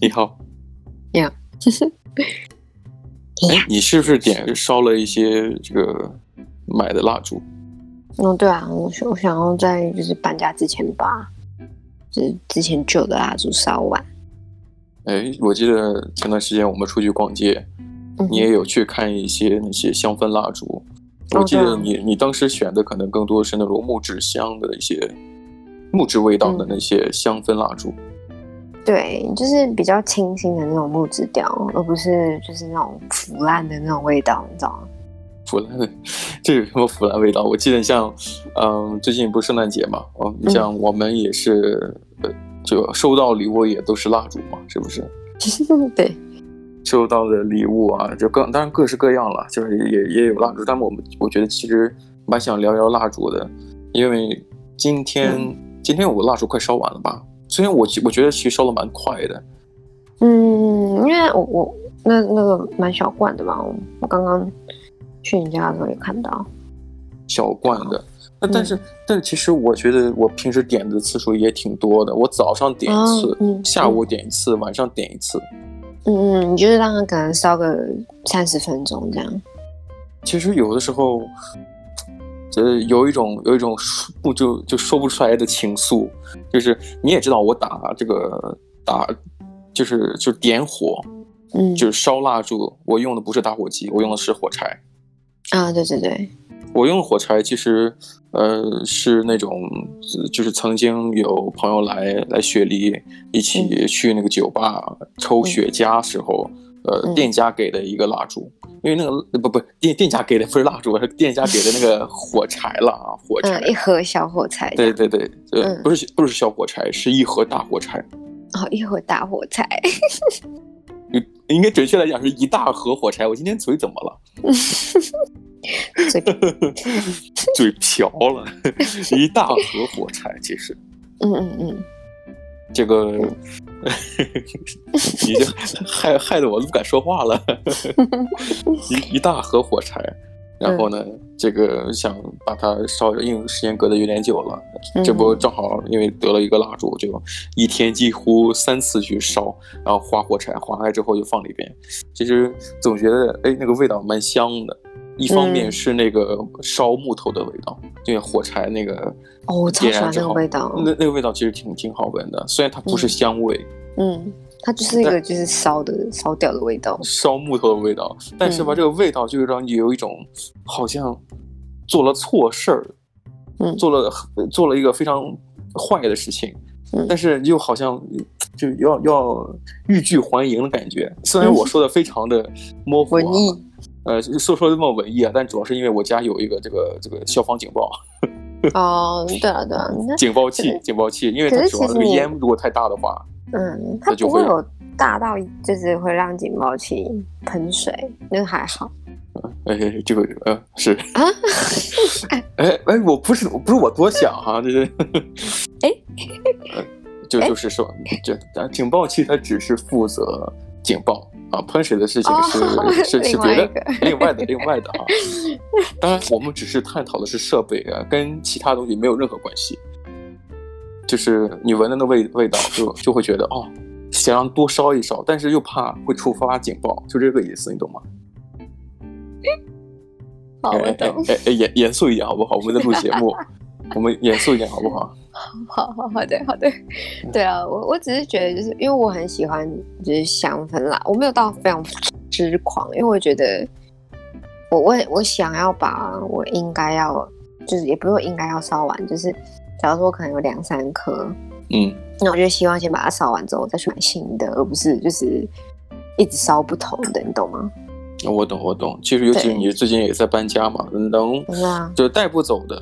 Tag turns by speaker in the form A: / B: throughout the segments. A: 你好，
B: 呀，
A: 你是不是点烧了一些这个买的蜡烛？
B: 嗯，对啊，我想我想要在就是搬家之前把就是之前旧的蜡烛烧完。
A: 哎，我记得前段时间我们出去逛街，
B: 嗯
A: 你也有去看一些那些香氛蜡烛。
B: 哦
A: 我记
B: 对
A: 得
B: 啊
A: 你你当时选的可能更多是那种木质香的一些木质味道的
B: 嗯
A: 那些香氛蜡烛。
B: 对，就是比较清新的那种木质调，而不是就是那种腐烂的那种味道，你知道吗？
A: 腐烂的，这有什么腐烂味道？我记得像，嗯，最近不是圣诞节嘛，哦，你
B: 嗯
A: 像我们也是，呃，就收到礼物也都是蜡烛嘛，是不是？
B: 对，
A: 收到的礼物啊，就各当然各式各样了，就是也也有蜡烛，但我们我觉得其实蛮想聊聊蜡烛的，因为今天、
B: 嗯
A: 今天我蜡烛快烧完了吧？虽然我其我觉得其实烧的蛮快的，
B: 嗯，因为我我那那个蛮小罐的嘛，我我刚刚去你家的时候也看到，
A: 小罐的。那
B: 嗯
A: 但是，但其实我觉得我平时点的次数也挺多的。我早上点一次，
B: 哦嗯
A: 下午点一次，晚上点一次。
B: 嗯嗯，你就是让它可能烧个三十分钟这样，
A: 其实有的时候，呃，有一种有一种说不就就说不出来的情愫，就是你也知道，我打这个打就是就是点火，
B: 嗯，
A: 就是烧蜡烛，我用的不是打火机，我用的是火柴。
B: 啊，对对对，
A: 我用火柴其实，呃，是那种，呃就是曾经有朋友来来雪梨，一
B: 嗯
A: 起去那个酒吧抽雪茄时候，呃，
B: 嗯
A: 店家给的一个蜡烛，因为那个呃不不店店家给的不是蜡烛，是店家给的那 个火柴了啊，火柴
B: 嗯，。一盒小火柴，
A: 对，对对，呃，
B: 嗯
A: 不是不是小火柴，是一盒大火柴，
B: 哦，一盒大火柴，
A: 应该准确来讲是一大盒火柴。我今天嘴怎么了？
B: 所以
A: 嘴瓢了， 一大盒火柴，其实。
B: 嗯嗯嗯，
A: 这个，你这害害得我都不敢说话了。
B: 嗯
A: 一一大盒火柴，然后呢，这个想把它烧，因为时间隔得有点久了，这不
B: 嗯
A: 正好因为得了一个蜡烛，就一天几乎三次去烧，然后划火柴，划开之后就放里边。其实总觉得，哎，那个味道蛮香的。一方面
B: 嗯
A: 是那个烧木头的味道，因为火柴那个
B: 哦，我超
A: 点
B: 喜
A: 燃
B: 欢
A: 之
B: 那个
A: 后
B: 味道，
A: 那那个味道其实挺挺好闻的，虽然它不是香味，
B: 嗯，它就是一个就是烧的烧掉的味道，
A: 烧木头的味道，但是吧，
B: 嗯
A: 这个味道就让你有一种好像做了错事儿，
B: 嗯
A: 做了做了一个非常坏的事情，
B: 嗯
A: 但是又好像就要要欲拒还迎的感觉。虽然
B: 嗯
A: 我说的非常的模糊、啊，
B: 文 艺，
A: 呃，说说的这么文艺啊，但主要是因为我家有一个这个这个消防警报。
B: 哦，对了对了，那
A: 警报器，警报器，因为它
B: 可是
A: 主要那
B: 其实
A: 个
B: 你
A: 烟如果太大的话，
B: 嗯，
A: 它
B: 它
A: 就
B: 不
A: 会
B: 会有大到就是会让警报器喷水，那个还好
A: 哎，这个呃是，
B: 啊。
A: 哎哎，我不是不是我多想哈、这是，
B: 哎
A: 呃，就
B: 哎
A: 就是说，这啊警报器它只是负责警报啊，喷水的事情
B: 哦
A: 是、 是是
B: 另
A: 别
B: 外一
A: 的
B: 个
A: 另外的另外的啊。当然，我们只是探讨的是设备啊，跟其他东西没有任何关系。就是你闻的那味味道就，就会觉得哦，想要多烧一烧，但是又怕会触发警报，就这个意思，你懂吗？
B: 好，
A: 哎
B: 我
A: 哎
B: 懂，
A: 哎哎，严严肃一点好不好？我们在录节 目，我们严肃一点好不好？
B: 好好好的好的，对啊，我我只是觉得就是因为我很喜欢就是香氛啦，我没有到非常痴狂，因为我觉得我我我想要把我应该要就是也不是说应该要烧完，就是假如说我可能有两三颗，
A: 嗯，
B: 那我就希望先把它烧完之后再去买新的，而不是就是一直烧不同的，你懂吗？
A: 我懂我懂。其实尤其是
B: 对
A: 你最近也在搬家嘛，能
B: 对啊，
A: 就带不走的，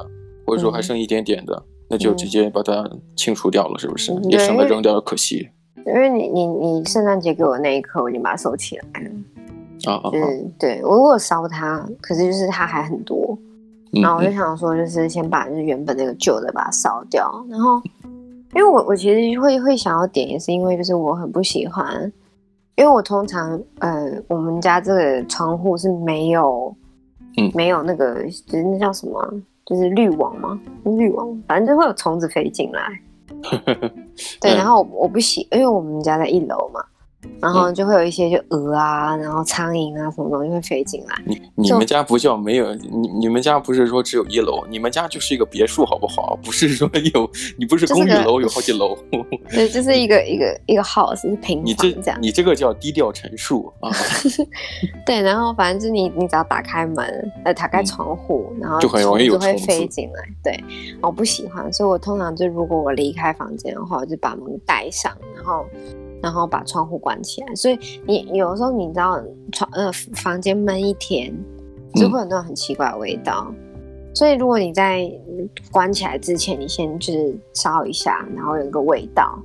A: 或者说
B: 嗯
A: 还剩一点点的，那就直接把它清除掉了，是不是？
B: 嗯
A: 也
B: 对
A: 省
B: 因
A: 得
B: 为
A: 扔掉，可惜
B: 因为你你你圣诞节给我那一颗，我已经把它收起来了。
A: 啊啊啊！
B: 嗯，对我我有烧它，可是就是它还很多，
A: 嗯
B: 然后我就
A: 嗯
B: 想说，就是先把就是原本那个旧的把它烧掉，然后因为我我其实会会想要点，也是因为就是我很不喜欢，因为我通常呃我们家这个窗户是没有，
A: 嗯
B: 没有那个 就是那叫什么啊，就是滤网吗？滤网，反正就会有虫子飞进来，对，
A: 嗯
B: 然后我我不喜，因为我们家在一楼嘛，然
A: 嗯
B: 后就会有一些就鹅啊，然后苍蝇啊什么东西会飞进来。
A: 你你们家不叫没有你你们家不是说只有一楼，你们家就是一个别墅好不好？不是说有你不是
B: 就是
A: 公寓
B: 个
A: 楼有好几 楼，
B: 对，就是一个一个一个 house 是平
A: 你
B: 房啊
A: 这
B: 这样。
A: 你这个叫低调陈述啊，
B: 对，然后反正就是你你只要打开门，呃，打开
A: 嗯
B: 窗户，然后
A: 就很容易
B: 虫
A: 有
B: 就会
A: 虫
B: 飞
A: 子
B: 进来。对，我不喜欢，所以我通常就如果我离开房间的话，我就把门带上，然后然后把窗户关起来。所以你你有时候你知道床呃房间闷一天，就
A: 嗯
B: 会有那种很奇怪的味道。所以，如果你在嗯关起来之前，你先就是烧一下，然后有一个味道，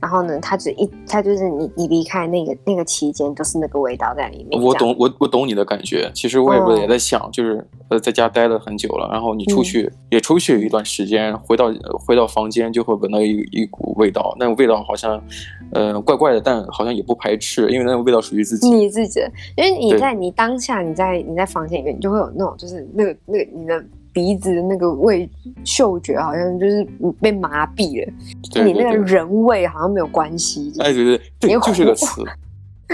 B: 然后呢，它只一它就是你你离开那个那个期间，都是那个味道在里面。
A: 我
B: 这样
A: 懂，我我懂你的感觉。其实我也
B: 哦嗯
A: 我也在想，就是呃，在家待了很久了，然后你出去、也出去一段时间，回到呃回到房间就会闻到一一股味道，那个味道好像呃怪怪的，但好像也不排斥，因为那个味道属于自己。
B: 你自己的，因为你
A: 对
B: 在你当下，你在你在房间里面，你就会有那种就是那个那个你的鼻子的那个味嗅觉好像就是被麻痹了，
A: 对对
B: 你那个
A: 对，
B: 人味好像没有关系，
A: 哎对对对，
B: 你
A: 对
B: 火
A: 就是这个词，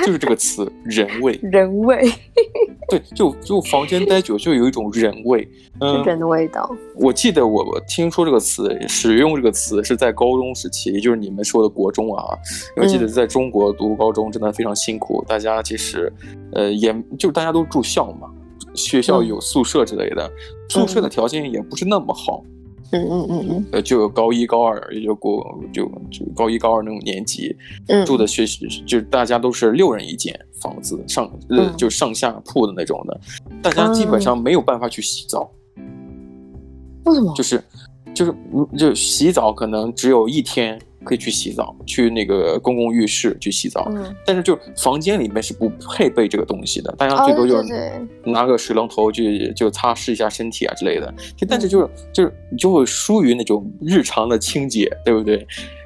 A: 就是这个词，人味。
B: 人味
A: 对，就就房间待久就有一种人味。
B: 是
A: 嗯，
B: 人的味道。
A: 我记得我我听说这个词，使用这个词是在高中时期，也就是你们说的国中啊。
B: 嗯
A: 因为记得在中国读高中真的非常辛苦，大家其实，呃，也就是大家都住校嘛，学校
B: 嗯
A: 有宿舍之类的，宿舍的条件也不是那么好，
B: 嗯嗯嗯嗯
A: 呃，就有高一高二，也就国就就高一高二那种年级，
B: 嗯，
A: 住的学习就是大家都是六人一间房子，上呃
B: 嗯啊
A: 就上下铺的那种的，大家基本上没有办法去洗澡，
B: 为什么？
A: 就是就是嗯就洗澡可能只有一天可以去洗澡，去那个公共浴室去洗澡，
B: 嗯，
A: 但是就房间里面是不配备这个东西的，大家
B: 哦
A: 最多就
B: 对对
A: 拿个水龙头去就擦拭一下身体啊之类的，就但是就是就是你就会疏于那种日常的清洁，对不对？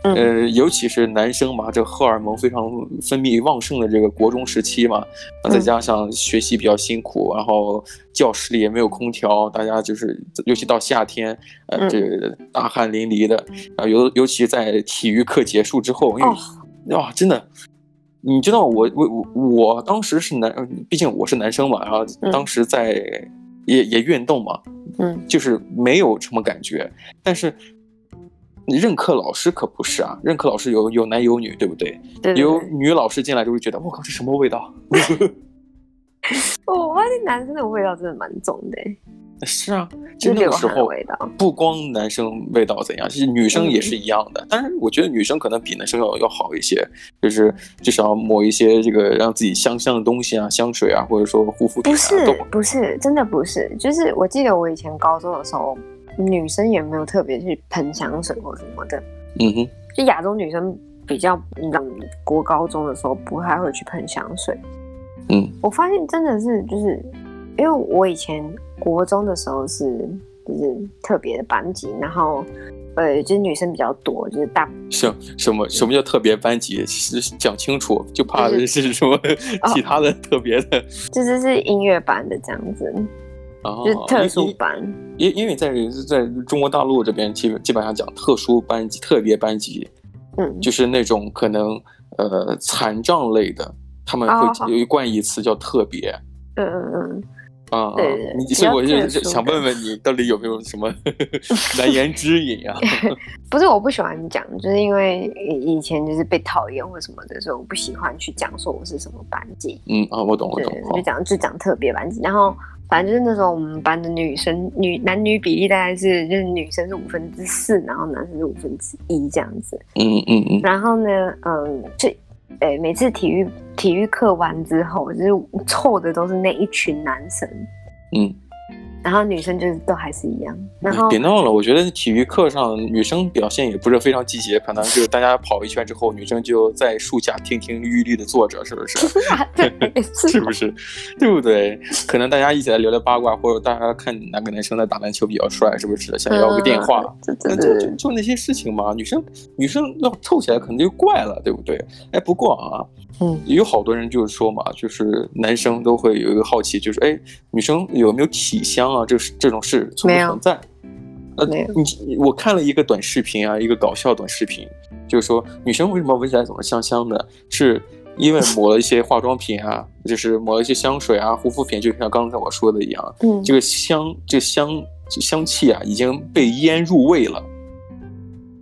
B: 嗯
A: 呃，尤其是男生嘛，这荷尔蒙非常分泌旺盛的这个国中时期嘛，啊再
B: 嗯
A: 加上学习比较辛苦，然后教室里也没有空调，大家就是尤其到夏天，呃，
B: 嗯
A: 这个大汗淋漓的，啊，尤尤其在体育课结束之后，因为
B: 哦
A: 哇，真的，你知道我我我我当时是男，呃毕竟我是男生嘛，然后
B: 嗯
A: 当时在、也也运动嘛，
B: 嗯，
A: 就是没有什么感觉，但是。任课老师可不是啊，任课老师有有男有女，对不对？
B: 对对
A: 有
B: 对
A: 女老师进来就会觉得，我靠，这什么味道？
B: 哦我发现男生的味道真的蛮重的，欸
A: 是啊，
B: 就
A: 就是那
B: 流
A: 个时
B: 汗的
A: 候
B: 味道。嗯
A: 不光男生味道怎样，其实女生也是一样的。但是我觉得女生可能比男生要要好一些，就是至少抹一些这个让自己香香的东西啊，香水啊，或者说护肤品
B: 不
A: 啊，
B: 是
A: 都
B: 不是，真的不是。就是我记得我以前高中的时候，女生也没有特别去喷香水或什么的，
A: 嗯哼，
B: 就亚洲女生比较，你知道，国高中的时候不太会去喷香水。
A: 嗯，
B: 我发现真的是就是，因为我以前国中的时候是就是特别的班级，然后呃，就是女生比较多，就是大
A: 什什么什么叫特别班级？是讲清楚，就怕
B: 就是哦
A: 是什么其他的特别的
B: 就是是音乐班的这样子，
A: 啊，
B: 就是特殊
A: 因
B: 班。
A: 因因为在在中国大陆这边基本基本上讲特殊班级、特别班级，
B: 嗯，
A: 就是那种可能呃残障类的，他们
B: 哦
A: 会有一冠一词叫特别。
B: 嗯嗯嗯，
A: 啊，啊
B: 对对
A: 你
B: 比
A: 所以
B: 较
A: 我
B: 特
A: 就
B: 殊
A: 就想
B: 的
A: 问问你，到底有没有什么 难言之隐 啊？
B: 不是我不喜欢讲，就是因为以以前就是被讨厌或什么的，所以我不喜欢去讲说我是什么班级。
A: 嗯啊，我懂，我
B: 对
A: 懂，，
B: 就
A: 好，
B: 讲就讲特别班级，然后反正就是那时候我们班的女生女男女比例大概是就是女生是五分之四，然后男生是五分之一这样子。
A: 嗯嗯嗯，
B: 然后呢，嗯，就诶每次体育体育课完之后，就是凑的都是那一群男生，
A: 嗯，
B: 然后女生就是都还是一样。然
A: 哎
B: 后
A: 别闹了，我觉得体育课上女生表现也不是非常积极，可能就是大家跑一圈之后，女生就在树下亭亭玉立的坐着，是 不是？
B: 啊，对，是
A: 是不是？ 对不对？可能大家一起来聊聊八卦，或者大家看哪个男生在打篮球比较帅，是不是？想要个电话，
B: 嗯对对
A: 那
B: 对
A: 就
B: 对
A: 就就那些事情嘛，女生女生要凑起来可能就怪了，对不对？哎，不过啊，
B: 嗯，
A: 有好多人就是说嘛，就是男生都会有一个好奇，就是哎，女生有没有体香啊？这是这种事存不
B: 没有嗯
A: 存在？呃，
B: 没有
A: 你你我看了一个短视频啊，一个搞笑短视频，就是说女生为什么闻起来总是香香的，是因为抹了一些化妆品啊，就是抹了一些香水啊、护肤品，就像刚才我说的一样，
B: 嗯，
A: 这个香这香香气啊已经被腌入味了，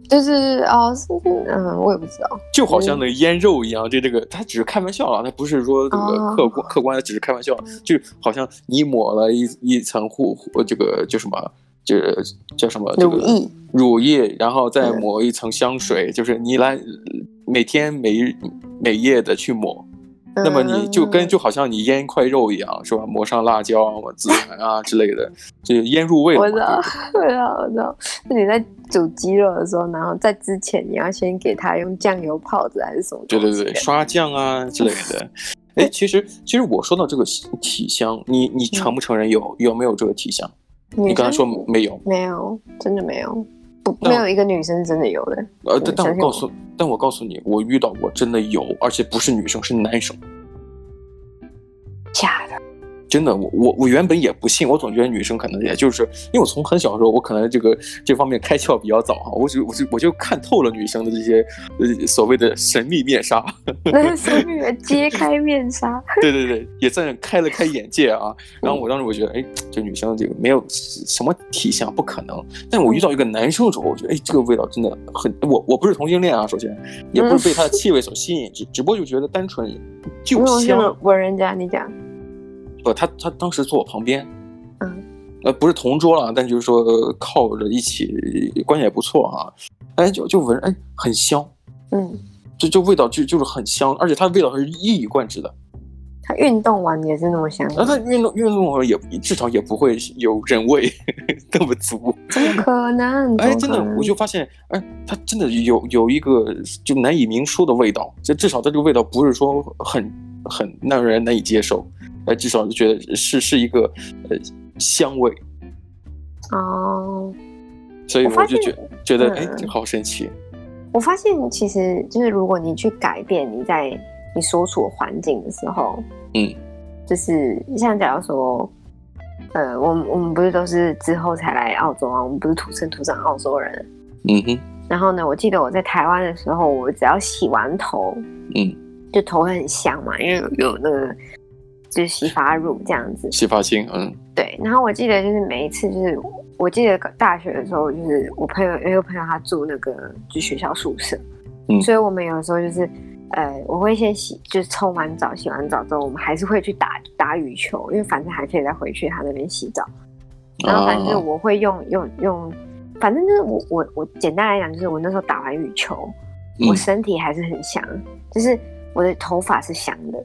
B: 对对对对哦，是不是？嗯，我也不知道。
A: 就好
B: 嗯
A: 像那个腌肉一样。这这个他只是开玩笑啊，他不是说这个
B: 哦嗯
A: 客观、客观的，只是开玩笑，就好像你抹了一一层护护这个叫什么，这个叫什么这个
B: 乳液，
A: 乳液，然后再
B: 嗯
A: 抹一层香水，就是你来每天每日每夜的去抹，
B: 嗯
A: 那么你就跟 就好像你腌一块肉一样，是吧？抹上辣椒啊、孜然啊之类的，就腌入味了
B: 我
A: 嘛。
B: 知道
A: 对不对，
B: 我知啊道，我知道。那你在煮鸡肉的时候，然后在之前你要先给它用酱油泡着还是什么东
A: 对
B: 西的？
A: 对对，刷酱 啊之类的。哎，其实其实我说到这个体香，你你承不承认有有没有这个体香？
B: 女
A: 你刚才
B: 生
A: 说没有，
B: 没有，真的没有，不
A: 那
B: 没有一个女生真的有 的。
A: 呃，
B: 对
A: 但但
B: 相
A: 我
B: 信
A: 告
B: 我
A: 诉但我告诉你，我遇到过真的有，而且不是女生，是男生。
B: 假的，
A: 真的，我我我原本也不信，我总觉得女生可能也就是因为我从很小的时候，我可能这个这方面开窍比较早哈，我就我就我就看透了女生的这些呃所谓的神秘面纱，
B: 那是女人揭开面纱，
A: 对对对，也算是开了开眼界啊。然后我当时我觉得，哎，这女生这个没有什么体香，不可能。但是我遇到一个男生的时候，我觉得，哎，这个味道真的很，我我不是同性恋啊，首先也不是被他的气味所吸引，只只不过就觉得单纯就
B: 因为我是
A: 香。
B: 闻闻人家，你讲，
A: 不，他他当时坐我旁边，
B: 嗯，
A: 呃，不是同桌了，但就是说呃靠着一起，关系也不错啊。哎，就就闻，哎，很香，
B: 嗯，
A: 就就味道就就是很香，而且它的味道是一以贯之的。
B: 她运动完也是那么香的，
A: 然后它运动运动的时候也至少也不会有人味 那么足。
B: 怎么可能？
A: 哎，
B: 怎
A: 真
B: 么可
A: 的，
B: 能
A: 我就发现，哎，它真的有有一个就难以明说的味道，就至少它这个味道不是说很很让人难以接受，哎，至少就觉得是是一个呃香味。
B: 哦，
A: 所以
B: 我
A: 我
B: 发
A: 就
B: 现
A: 觉觉得，
B: 嗯
A: 哎，这好神奇。
B: 我发现其实就是如果你去改变你在你所处环境的时候，
A: 嗯，
B: 就是像假如说，呃，我们我们不是都是之后才来澳洲啊，我们不是土生土长澳洲人。
A: 嗯哼，
B: 然后呢，我记得我在台湾的时候，我只要洗完头，
A: 嗯，
B: 就头会很香嘛，因为有有那个就是洗发乳这样子。
A: 洗发精，嗯
B: 对，然后我记得就是每一次就是。我记得大学的时候，就是我朋友有一个朋友，他住那个就学校宿舍，
A: 嗯
B: 所以我们有时候就是，呃，我会先洗，就是冲完澡、洗完澡之后，我们还是会去打打羽球，因为反正还可以再回去他那边洗澡。然后反正就是
A: 啊，
B: 我会用用用，反正就是我我我简单来讲，就是我那时候打完羽球，
A: 嗯
B: 我身体还是很香，就是我的头发是香的。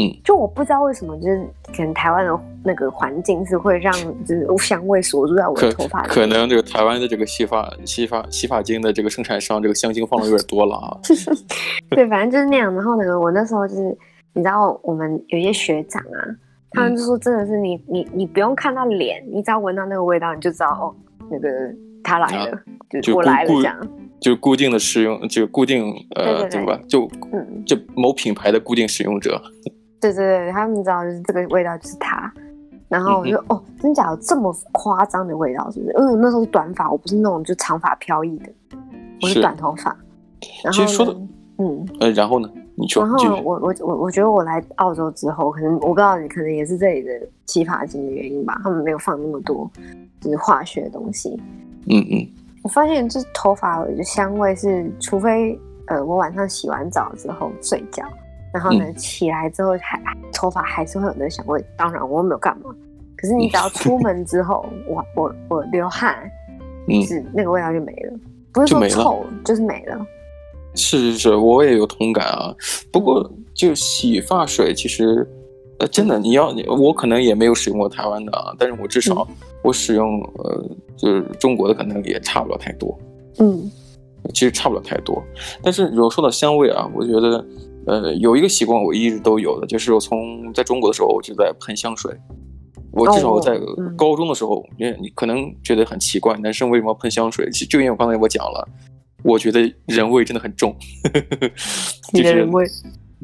A: 嗯，
B: 就我不知道为什么，就是可能台湾的那个环境是会让就是香味锁住在我
A: 可
B: 的头发里面
A: 可能这个台湾的这个洗发洗发洗发精的这个生产商，这个香精放的有点多了啊。
B: 对，反正就是那样。然后呢，我那时候就是，你知道，我们有一些学长啊，他们就说，真的是你你你不用看到脸，你只要闻到那个味道，你就知道哦，那个他来了，
A: 啊
B: 就是
A: 就
B: 我
A: 固
B: 来了
A: 固
B: 这样。
A: 就固定的使用，就固定呃，
B: 对对对
A: 对吧？就
B: 嗯，
A: 就某品牌的固定使用者，
B: 对对对，他们知道就是这个味道就是他。然后我就、
A: 嗯
B: 哦，真假有这么夸张的味道是不是？因为我那时候是短发，我不是那种就长发飘逸的，我
A: 是
B: 是短头发。然
A: 其
B: 后
A: 实说
B: 呢
A: 的
B: 嗯，
A: 呃，然后呢，你说
B: 然
A: 继
B: 后
A: 续，
B: 我我我我觉得我来澳洲之后，可能我不知道你可能也是这里的洗发精的原因吧，他们没有放那么多就是化学的东西。
A: 嗯嗯
B: 我发现就是头发的香味是，除非呃我晚上洗完澡之后睡觉，然后
A: 嗯
B: 呢、起来之后还头发还是会有那个香味。当然我又没有干嘛，可是你只要出门之后，我我我流汗，就
A: 嗯，
B: 是那个味道就没了，不是
A: 就
B: 说
A: 没了
B: 臭，就是没了。
A: 是是是，我也有同感啊。不过
B: 嗯
A: 就洗发水，其实呃，真的，你要你我可能也没有使用过台湾的啊，但是我至少
B: 嗯
A: 我使用呃，就是中国的可能也差不了太多。
B: 嗯
A: 其实差不了太多。但是有说到香味啊，我觉得，呃，有一个习惯我一直都有的，就是我从在中国的时候我就在喷香水。我至少我在
B: 哦嗯
A: 高中的时候，因为你可能觉得很奇怪，男生为什么要喷香水？其实就因为我刚才我讲了，我觉得人味真的很重，
B: 你
A: 就
B: 的
A: 是
B: 人味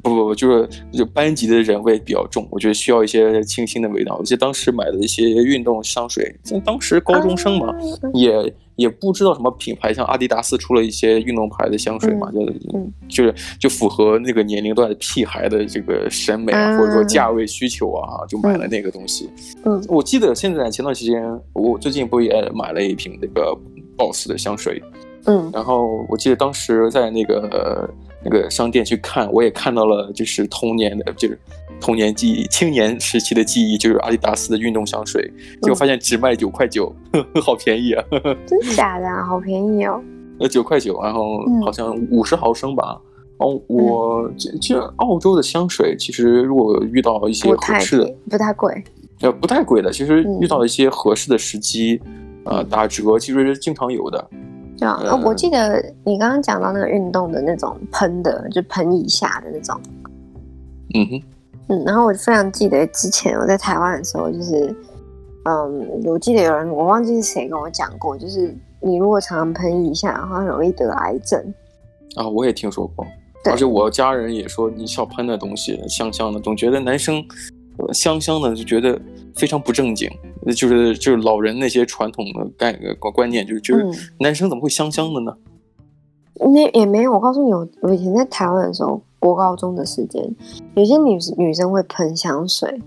A: 不不不，就是就班级的人味比较重，我觉得需要一些清新的味道。我记得当时买的一些运动香水，像当时高中生嘛，
B: 啊
A: 也也不知道什么品牌，像阿迪达斯出了一些运动牌的香水嘛，
B: 嗯
A: 就就是就符合那个年龄段的屁孩的这个审美啊，
B: 啊
A: 或者说价位需求啊，就买了那个东西。
B: 嗯
A: 我记得现在前段时间，我最近不也买了一瓶那个 BOSS 的香水，
B: 嗯
A: 然后我记得当时在那个那个商店去看，我也看到了，就是童年的，就是童年记忆、青年时期的记忆，就是阿迪达斯的运动香水，结
B: 嗯
A: 果发现只卖九块九，好便宜啊，
B: 真假的啊、好便宜哦。
A: 呃，九块九，然后
B: 嗯
A: 好像五十毫升吧。哦，我这这澳洲的香水，其实如果遇到一些
B: 不
A: 合
B: 太
A: 适的，
B: 不太贵，
A: 呃，不太贵的，其实
B: 嗯
A: 遇到一些合适的时机，呃，打折其实经常有的。
B: 对啊、
A: 嗯
B: 啊我记得你刚刚讲到那个运动的那种喷的，就喷一下的那种，
A: 嗯哼，
B: 嗯，然后我非常记得之前我在台湾的时候，就是，嗯，我记得有人我忘记是谁跟我讲过，就是你如果常常喷一下，好像容易得癌症，
A: 啊，我也听说过，
B: 对
A: 而且我家人也说，你少喷的东西香香的，总觉得男生、呃香香的就觉得非常不正经，呃就是就是老人那些传统的概呃观观念，就是就是
B: 嗯
A: 男生怎么会香香的呢？
B: 那也没有。我告诉你，我我以前在台湾的时候，国高中的时间，有些女女生会喷香水，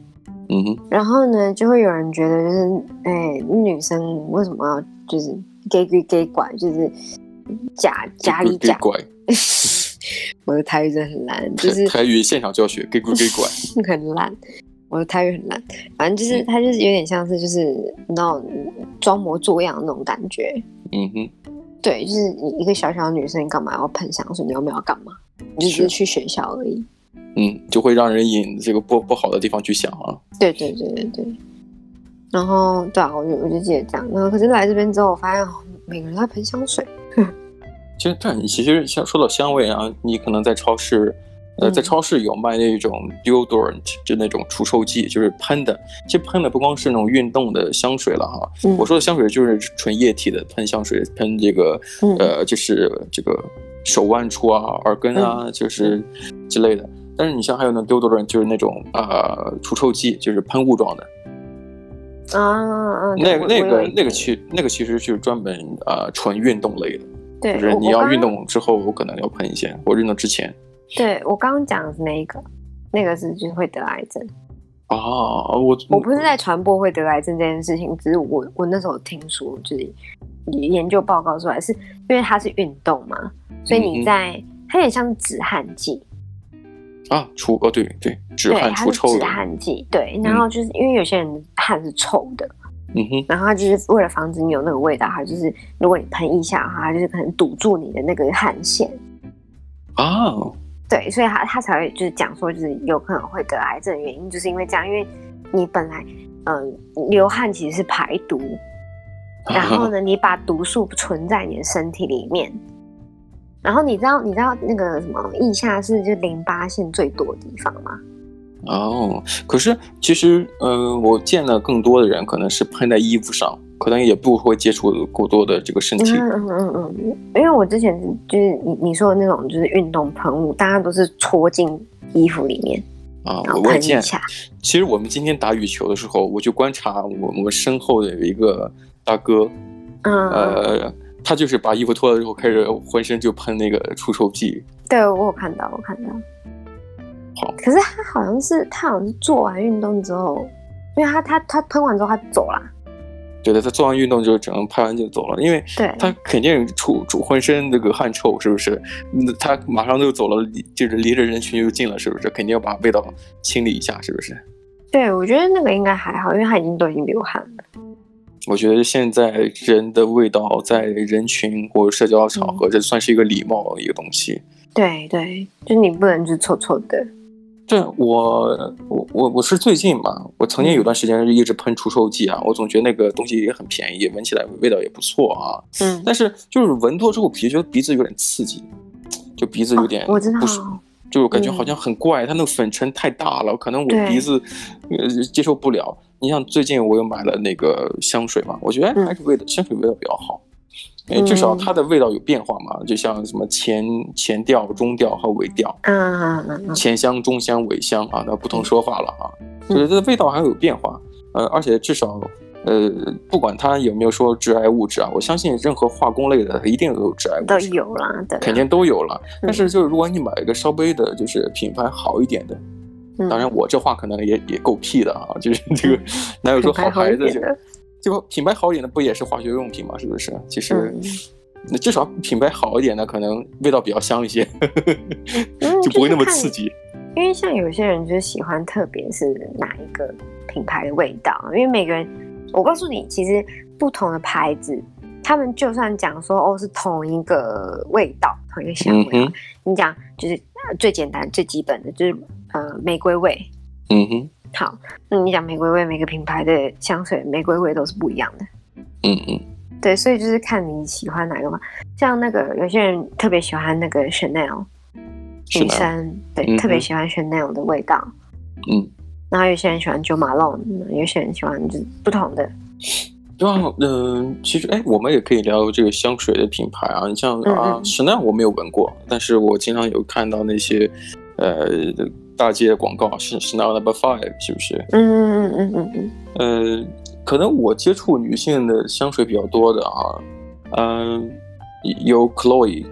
A: 嗯哼，
B: 然后呢，就会有人觉得就是，哎、女生为什么要就是给给给拐，就是假假里
A: 给
B: 假。
A: 拐，
B: 我的台语真的很 烂，就是
A: 台语现场教学，给拐给 拐，
B: 很烂，我的台语很烂，反正就是它就是有点像是就是那种装模作样的那种感觉。
A: 嗯哼，
B: 对，就是你一个小小的女生，你干嘛要喷香水？你又没有干嘛？你就只
A: 是
B: 是去学校而已。
A: 嗯，就会让人引这个不不好的地方去想啊。
B: 对对对对对。然后对啊，我就我就记得这样。然后可是来这边之后，我发现、哦每个人都在喷香水。
A: 其实，但你其实像说到香味啊，你可能在超市，呃，
B: 嗯
A: 在超市有卖那种 deodorant，就那种除臭剂，就是喷的。其实喷的不光是那种运动的香水了哈，
B: 嗯
A: 我说的香水就是纯液体的，喷香水，喷这个，
B: 嗯
A: 呃，就是这个手腕处啊、耳根啊，
B: 嗯
A: 就是之类的。但是你像还有那 deodorant，就是那种呃除臭剂，就是喷雾状的。
B: 啊啊！啊
A: 那个那个那个
B: 区，
A: 其那个其实就是专门呃纯运动类的。
B: 对，
A: 就是
B: 我
A: 你要运。
B: 我刚
A: 动之后，我可能要喷一些；我运动之前
B: 对我刚刚讲的是那一个，那个是就是会得癌症。
A: 啊，我
B: 我不是在传播会得癌症这件事情，只是我我那时候听说，就是研究报告出来，是因为它是运动嘛，所以
A: 嗯
B: 你
A: 嗯
B: 在、它有点像止汗剂，
A: 啊除哦对对，止
B: 对，
A: 汗
B: 它是
A: 除臭
B: 止
A: 的，
B: 汗剂，对。然后就是因为有些人汗是臭的，
A: 嗯哼，
B: 然后它就是为了防止你有那个味道，它就是如果你喷一下的话，它就是可能堵住你的那个汗腺，
A: 啊，
B: 对，所以他他才会就是讲说，就是有可能会得癌症的原因，就是因为这样，因为你本来嗯、流汗其实是排毒， 然后呢，你把毒素存在你的身体里面，然后你知道你知道那个什么腋下是就淋巴腺最多的地方吗？
A: 哦，可是其实嗯、呃我见的更多的人可能是喷在衣服上，可能也不会接触过多的这个身体，
B: 嗯嗯嗯嗯嗯，因为我之前就是你你说的那种就是运动喷雾，大家都是戳进衣服里面，
A: 啊，
B: 然
A: 我
B: 后
A: 我也
B: 喷
A: 见
B: 一。下，
A: 其实我们今天打羽球的时候，我就观察我我们身后的有一个大哥，
B: 嗯，嗯
A: 呃，他就是把衣服脱了之后，开始浑身就喷那个除臭剂，
B: 对我有看到，我看到。
A: 好，
B: 可是他好像是他好像是做完运动之后，因为他他他喷完之后他走啦，
A: 对的，他做完运动就只能拍完就走了，因为
B: 对，
A: 他肯定出出浑身那个汗臭，是不是？嗯他马上就走了，离就是离着人群就近了，是不是？肯定要把味道清理一下，是不是？
B: 对我觉得那个应该还好，因为他已经都已经流汗了，
A: 我觉得现在人的味道在人群或者社交场合，这算是一个礼貌的一个东西。
B: 对对，就你不能就臭臭的，
A: 对我，我我我是最近吧，我曾经有段时间是一直喷除臭剂啊，我总觉得那个东西也很便宜，闻起来味道也不错啊。
B: 嗯，
A: 但是就是闻多之后，皮觉得鼻子有点刺激，就鼻子有点
B: 哦我知道
A: 不舒，就感觉
B: 嗯
A: 好像很怪，它那个粉尘太大了，可能我
B: 对
A: 鼻子呃接受不了。你像最近我又买了那个香水嘛，我觉得哎
B: 嗯
A: 还是味道、香水味道比较好，因为至少它的味道有变化嘛，就像什么前前调、中调和尾调，
B: 啊，
A: 前香、中香、尾香啊，那不
B: 嗯
A: 同说法了啊，就是这味道还有变化，呃，而且至少。呃，不管它有没有说致癌物质啊，我相信任何化工类的它一定有致癌物
B: 都
A: 质，
B: 有啦，对啦，
A: 肯定都有了。
B: 嗯
A: 但是就是如果你买一个稍微的，就是品牌好一点的，
B: 嗯
A: 当然我这话可能也也够屁的啊， 就是这个哪有说
B: 品牌
A: 好
B: 好
A: 牌
B: 一
A: 子
B: 点
A: 就
B: 的，
A: 结果品牌好一点的不也是化学用品嘛？是不是？其实
B: 嗯，
A: 那至少品牌好一点的，可能味道比较香一些，
B: 嗯
A: 就不会那么
B: 就是看
A: 刺激。
B: 因为像有些人就喜欢，特别是哪一个品牌的味道，因为每个人，我告诉你，其实不同的牌子，他们就算讲说哦是同一个味道，同一个香
A: 嗯
B: 味，啊
A: 哼，
B: 你讲就是、呃最简单最基本的就是呃玫瑰味，
A: 嗯哼，
B: 好，那你讲玫瑰味，每个品牌的香水玫瑰味都是不一样的。
A: 嗯嗯
B: 对，所以就是看你喜欢哪个嘛。像那个有些人特别喜欢那个 Chanel，
A: 是
B: 女
A: 的，
B: 生对、
A: 嗯哼
B: 特别喜欢 Chanel 的味道。
A: 嗯。
B: 然后有些人喜欢 Jo Malone，有些人喜欢就是不同的。
A: 对啊，嗯、其实哎，我们也可以聊这个香水的品牌啊。你像
B: 嗯
A: 啊
B: 嗯，
A: 石奈我没有闻过，但是我经常有看到那些，呃，大街的广告是石奈 Number Five，是不是？
B: 嗯嗯嗯嗯嗯
A: 呃，可能我接触女性的香水比较多的啊，嗯、有 Chloe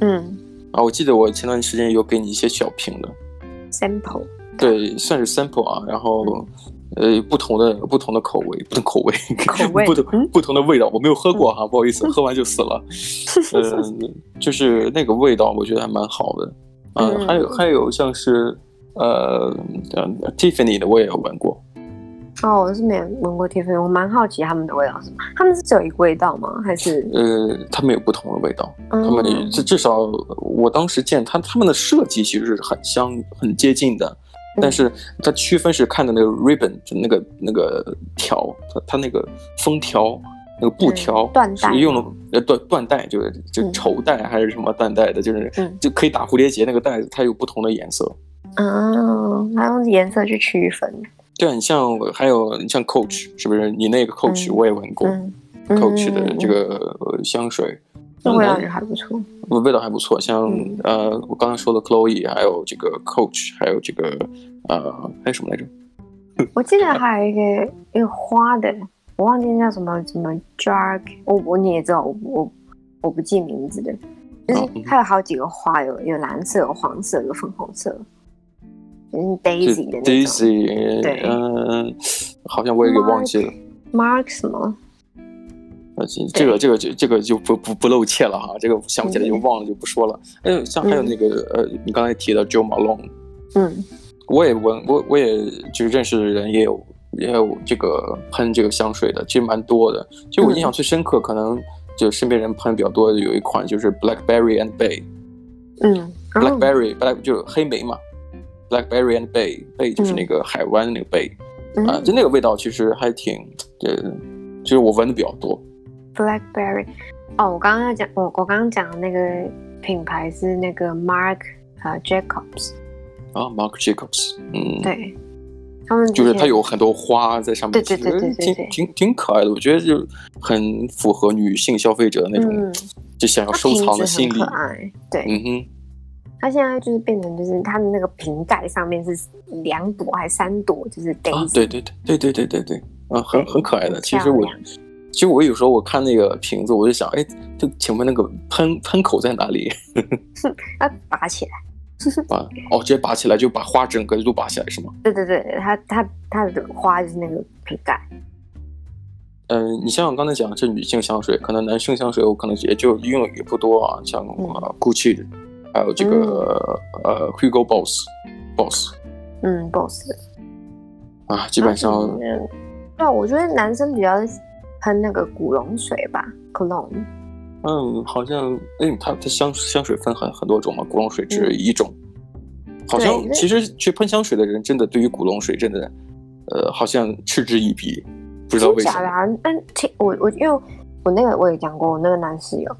B: 嗯
A: 啊，我记得我前段时间有给你一些小瓶的，
B: 嗯，Sample，
A: 对，算是 sample 啊，然后。呃，不同的不同的口味，不同口味，
B: 嗯口味
A: 不同
B: 嗯
A: 不同的味道，我没有喝过哈、不好意思，喝完就死 了。呃，就是那个味道，我觉得还蛮好的。嗯，
B: 嗯
A: 还有还有像是呃呃 Tiffany 的我也有闻过，
B: 哦，我是没有闻过 Tiffany，我蛮好奇他们的味道是什么。他们是只有一个味道吗？还是
A: 呃，它们有不同的味道。
B: 他
A: 他们至至少我当时见他他们的设计其实是很相很接近的，
B: 嗯
A: 但是它区分是看的那个 ribbon 就那个那个条，它它那个封条那个布条、
B: 嗯缎带
A: 是用的呃缎缎带就是就
B: 嗯
A: 绸带还是什么缎带的，就是、
B: 嗯
A: 就可以打蝴蝶结那个带子，它有不同的颜色。
B: 哦，他用颜色去区分。
A: 对啊，你像我还有你像 Coach 是不是？你那个 Coach
B: 嗯
A: 我也闻过、
B: 嗯
A: Coach 的这
B: 个
A: 个呃香水，
B: 味道
A: 嗯
B: 也还不错。
A: 味道还不错，像、
B: 嗯
A: 呃，我刚才说的 Chloe，还有这个 Coach，还有这个呃，还有什么来着？
B: 我记得还有一个一个花的，我忘记那叫什么什么 dark，我我你也知道，我我我不记名字的，
A: 嗯
B: 就是它有好几个花，有有蓝色，有黄色，有粉红色，嗯
A: 这
B: ，daisy 的那种
A: Daisy，
B: 对
A: 嗯、好像我也给忘记了。
B: mark 什么，
A: 呃这这个这个这这个就不不不露怯了哈，这个想不起来就
B: 嗯
A: 忘了就不说了。还有像还有那个、呃，你刚才提到 Joe Malone，
B: 嗯
A: 我也闻我我也就认识的人也有也有这个喷这个香水的，其实蛮多的。其实
B: 嗯
A: 我印象最深刻，可能就身边人喷比较多的有一款就是 Blackberry and Bay。
B: 嗯，然后嗯
A: Blackberry、Black 就是黑莓嘛，Blackberry and Bay Bay 就是那个海湾的那个贝啊、
B: 嗯
A: 就那个味道其实还挺，呃，就是我闻的比较多。
B: blackberry，哦，我刚刚讲我我刚刚讲的那个品牌是那个 mark 啊 jacobs，
A: 啊，Marc Jacobs，嗯，
B: 对，他们
A: 就是它
B: 有。
A: 有很多花在上面，
B: 对对对对对
A: 其实
B: 对
A: 挺挺挺可爱的，我觉得就很符合女性消费者那种、
B: 嗯
A: 就想要
B: 它
A: 收
B: 瓶
A: 藏的
B: 子
A: 心
B: 很
A: 理
B: 可。爱，对，
A: 嗯哼，
B: 它现在就是变成就是它的那个瓶盖上面是两朵还是三朵，就是
A: 啊
B: daisy，、
A: 对对对对对对对对，啊，很
B: 对
A: 很可爱的。
B: 很
A: 其实我
B: 漂亮，
A: 其实我有时候我看那个瓶子，我就想，哎，就请问那个喷喷口在哪里？
B: 它拔起来，
A: 拔哦，直接拔起来就把花整个都拔起来是吗？
B: 对对对，它它它的花就是那个瓶盖，
A: 嗯、你像我刚才讲的这女性香水，可能男性香水我可能也就用的也不多啊，像
B: 嗯
A: 呃 Gucci，的还有这个、呃 Hugo Boss Boss
B: 嗯，boss，
A: 啊，基本上、
B: 嗯，对啊，我觉得男生比较喷那个古龙水吧，cologne，
A: 嗯，好像哎，它它香香水分很很多种嘛，古龙水只有
B: 嗯
A: 一种，好像
B: 对因为
A: 其实去喷香水的人真的对于古龙水真的呃好像嗤之以鼻，不知道
B: 真
A: 为什
B: 假的
A: 么。
B: 啊？但听我我因为我那个我也讲过，我那个男室友，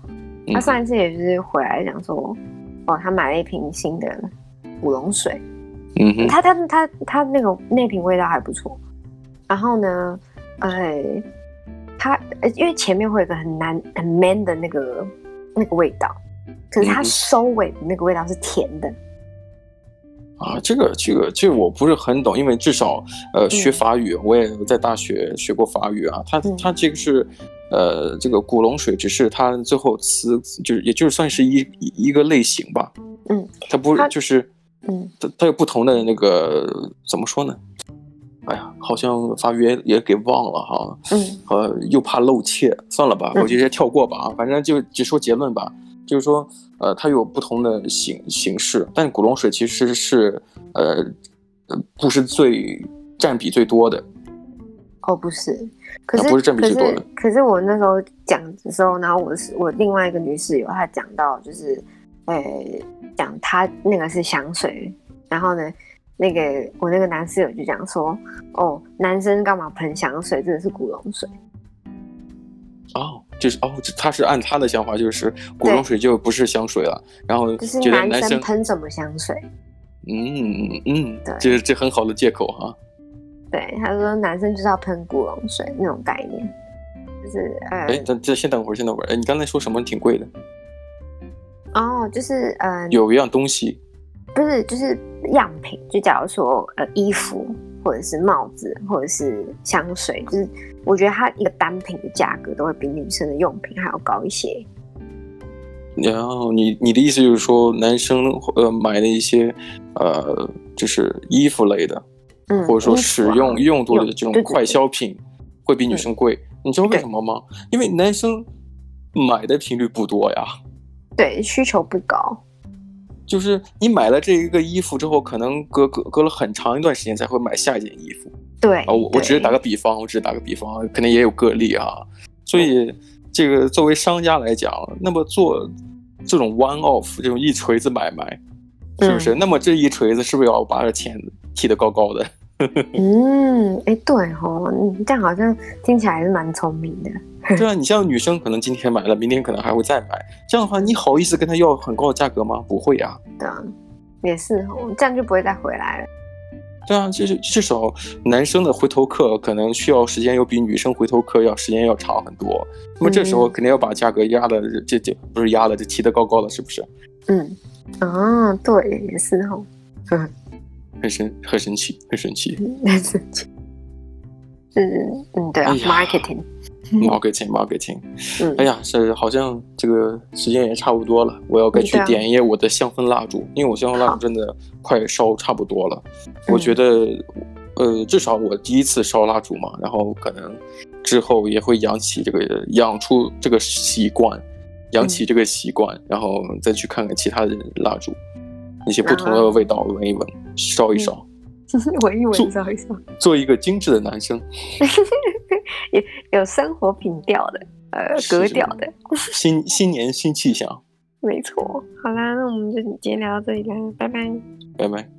B: 他
A: 嗯
B: 上一次也就是回来讲说，哦，他买了一瓶新的古龙水。
A: 嗯哼，
B: 它它它它那个那瓶味道还不错。然后呢，呃，它呃因为前面会有一个很难很 man 的那个那个味道，可是它
A: 嗯
B: 收尾的那个味道是甜的。
A: 啊，这个这个这个我不是很懂，因为至少呃学法语，我也在大学学过法语啊。它
B: 嗯
A: 它这个是呃这个古龙水，只是它最后词就是也就是算是一一一个类型吧。
B: 嗯，
A: 它不
B: 它
A: 是就是
B: 嗯，
A: 它它有不同的那个怎么说呢？哎呀，好像法语也也给忘了哈，
B: 嗯
A: 呃，又怕露怯，算了吧，
B: 嗯
A: 我直接跳过吧啊，反正就只说结论吧。就是说，呃，它有不同的形形式，但古龙水其实是呃呃不是最占比最多的。
B: 哦，不是，可
A: 啊
B: 是
A: 不是正比
B: 可
A: 最多的
B: 是可是我那时候讲的时候，然后我是我另外一个女室友，她讲到就是，呃，讲她那个是香水，然后呢，那个我那个男室友就讲说，哦，男生干嘛喷香水，这个是古龙水，
A: 哦，就是哦，这他是按他的想法，就是古龙水就不是香水了，然后
B: 就是
A: 觉得
B: 男
A: 生
B: 生，喷什么香水，
A: 嗯嗯嗯
B: 对，
A: 这这很好的借口哈、
B: 对，他说男生就是要喷古龙水那种概念，就是呃，
A: 哎，等这先等会儿，先等会儿。哎，你刚才说什么挺贵的？
B: 哦，就是呃，
A: 有一样东西
B: 不是，就是样品，就假如说呃衣服或者是帽子或者是香水，就是我觉得它一个单品的价格都会比女生的用品还要高一些。
A: 然后你你的意思就是说，男生呃买的一些呃就是衣服类的，
B: 嗯，
A: 或者说
B: 衣服
A: 使
B: 啊
A: 用用度的这种
B: 对对嗯
A: 快消品，会比女生贵。你知道为
B: 对
A: 什么吗？因为男生买的频率不多呀。
B: 对需求不高，
A: 就是你买了这一个衣服之后，可能隔隔隔了很长一段时间才会买下一件衣服
B: 对
A: 啊。我我只是打
B: 个
A: 个比方，我只是打个比方，可能也有个例啊。所以这个作为商家来讲，那么做这种 one off 这种一锤子买卖，是不是？那么这一锤子是不是要把这钱提得高高的？
B: 嗯，哎、对哦，你这样好像听起来还是蛮聪明的。
A: 对啊，你像女生可能今天买了，明天可能还会再买，这样的话，你好意思跟她要很高的价格吗？不会啊。
B: 对啊，也是哦，这样就不会再回来了。
A: 对啊，就是至少男生的回头客可能需要时间要比女生回头客要时间要长很多，那么这时候肯定要把价格压的这这不是压的，这提的高高的，是不是？
B: 嗯，啊，对，也是哦，
A: 很神很神奇，很神奇。
B: 但是就是嗯，对啊、
A: 哎呀
B: m a r k e t i n g 嗯
A: marketing marketing，
B: 嗯，
A: 哎呀，是好像这个时间也差不多了，我要该去
B: 对啊
A: 点一夜我的香氛蜡烛，因为我香氛蜡
B: 好
A: 烛真的快烧差不多了。
B: 嗯
A: 我觉得，呃，至少我第一次烧蜡烛嘛，然后可能之后也会养起这个养出这个习惯，养
B: 嗯
A: 起这个习惯，然后再去看看其他的蜡烛，一些不同的
B: 啊嗯
A: 味道闻一闻，烧一烧，
B: 闻一
A: 做
B: 闻，烧一烧，
A: 做一个精致的男 生，
B: 有生活品调的，呃，
A: 是
B: 格
A: 是
B: 调的，
A: 新新年新气象，
B: 没错。好啦，那我们就今天聊到这里啦，拜拜。
A: 拜拜。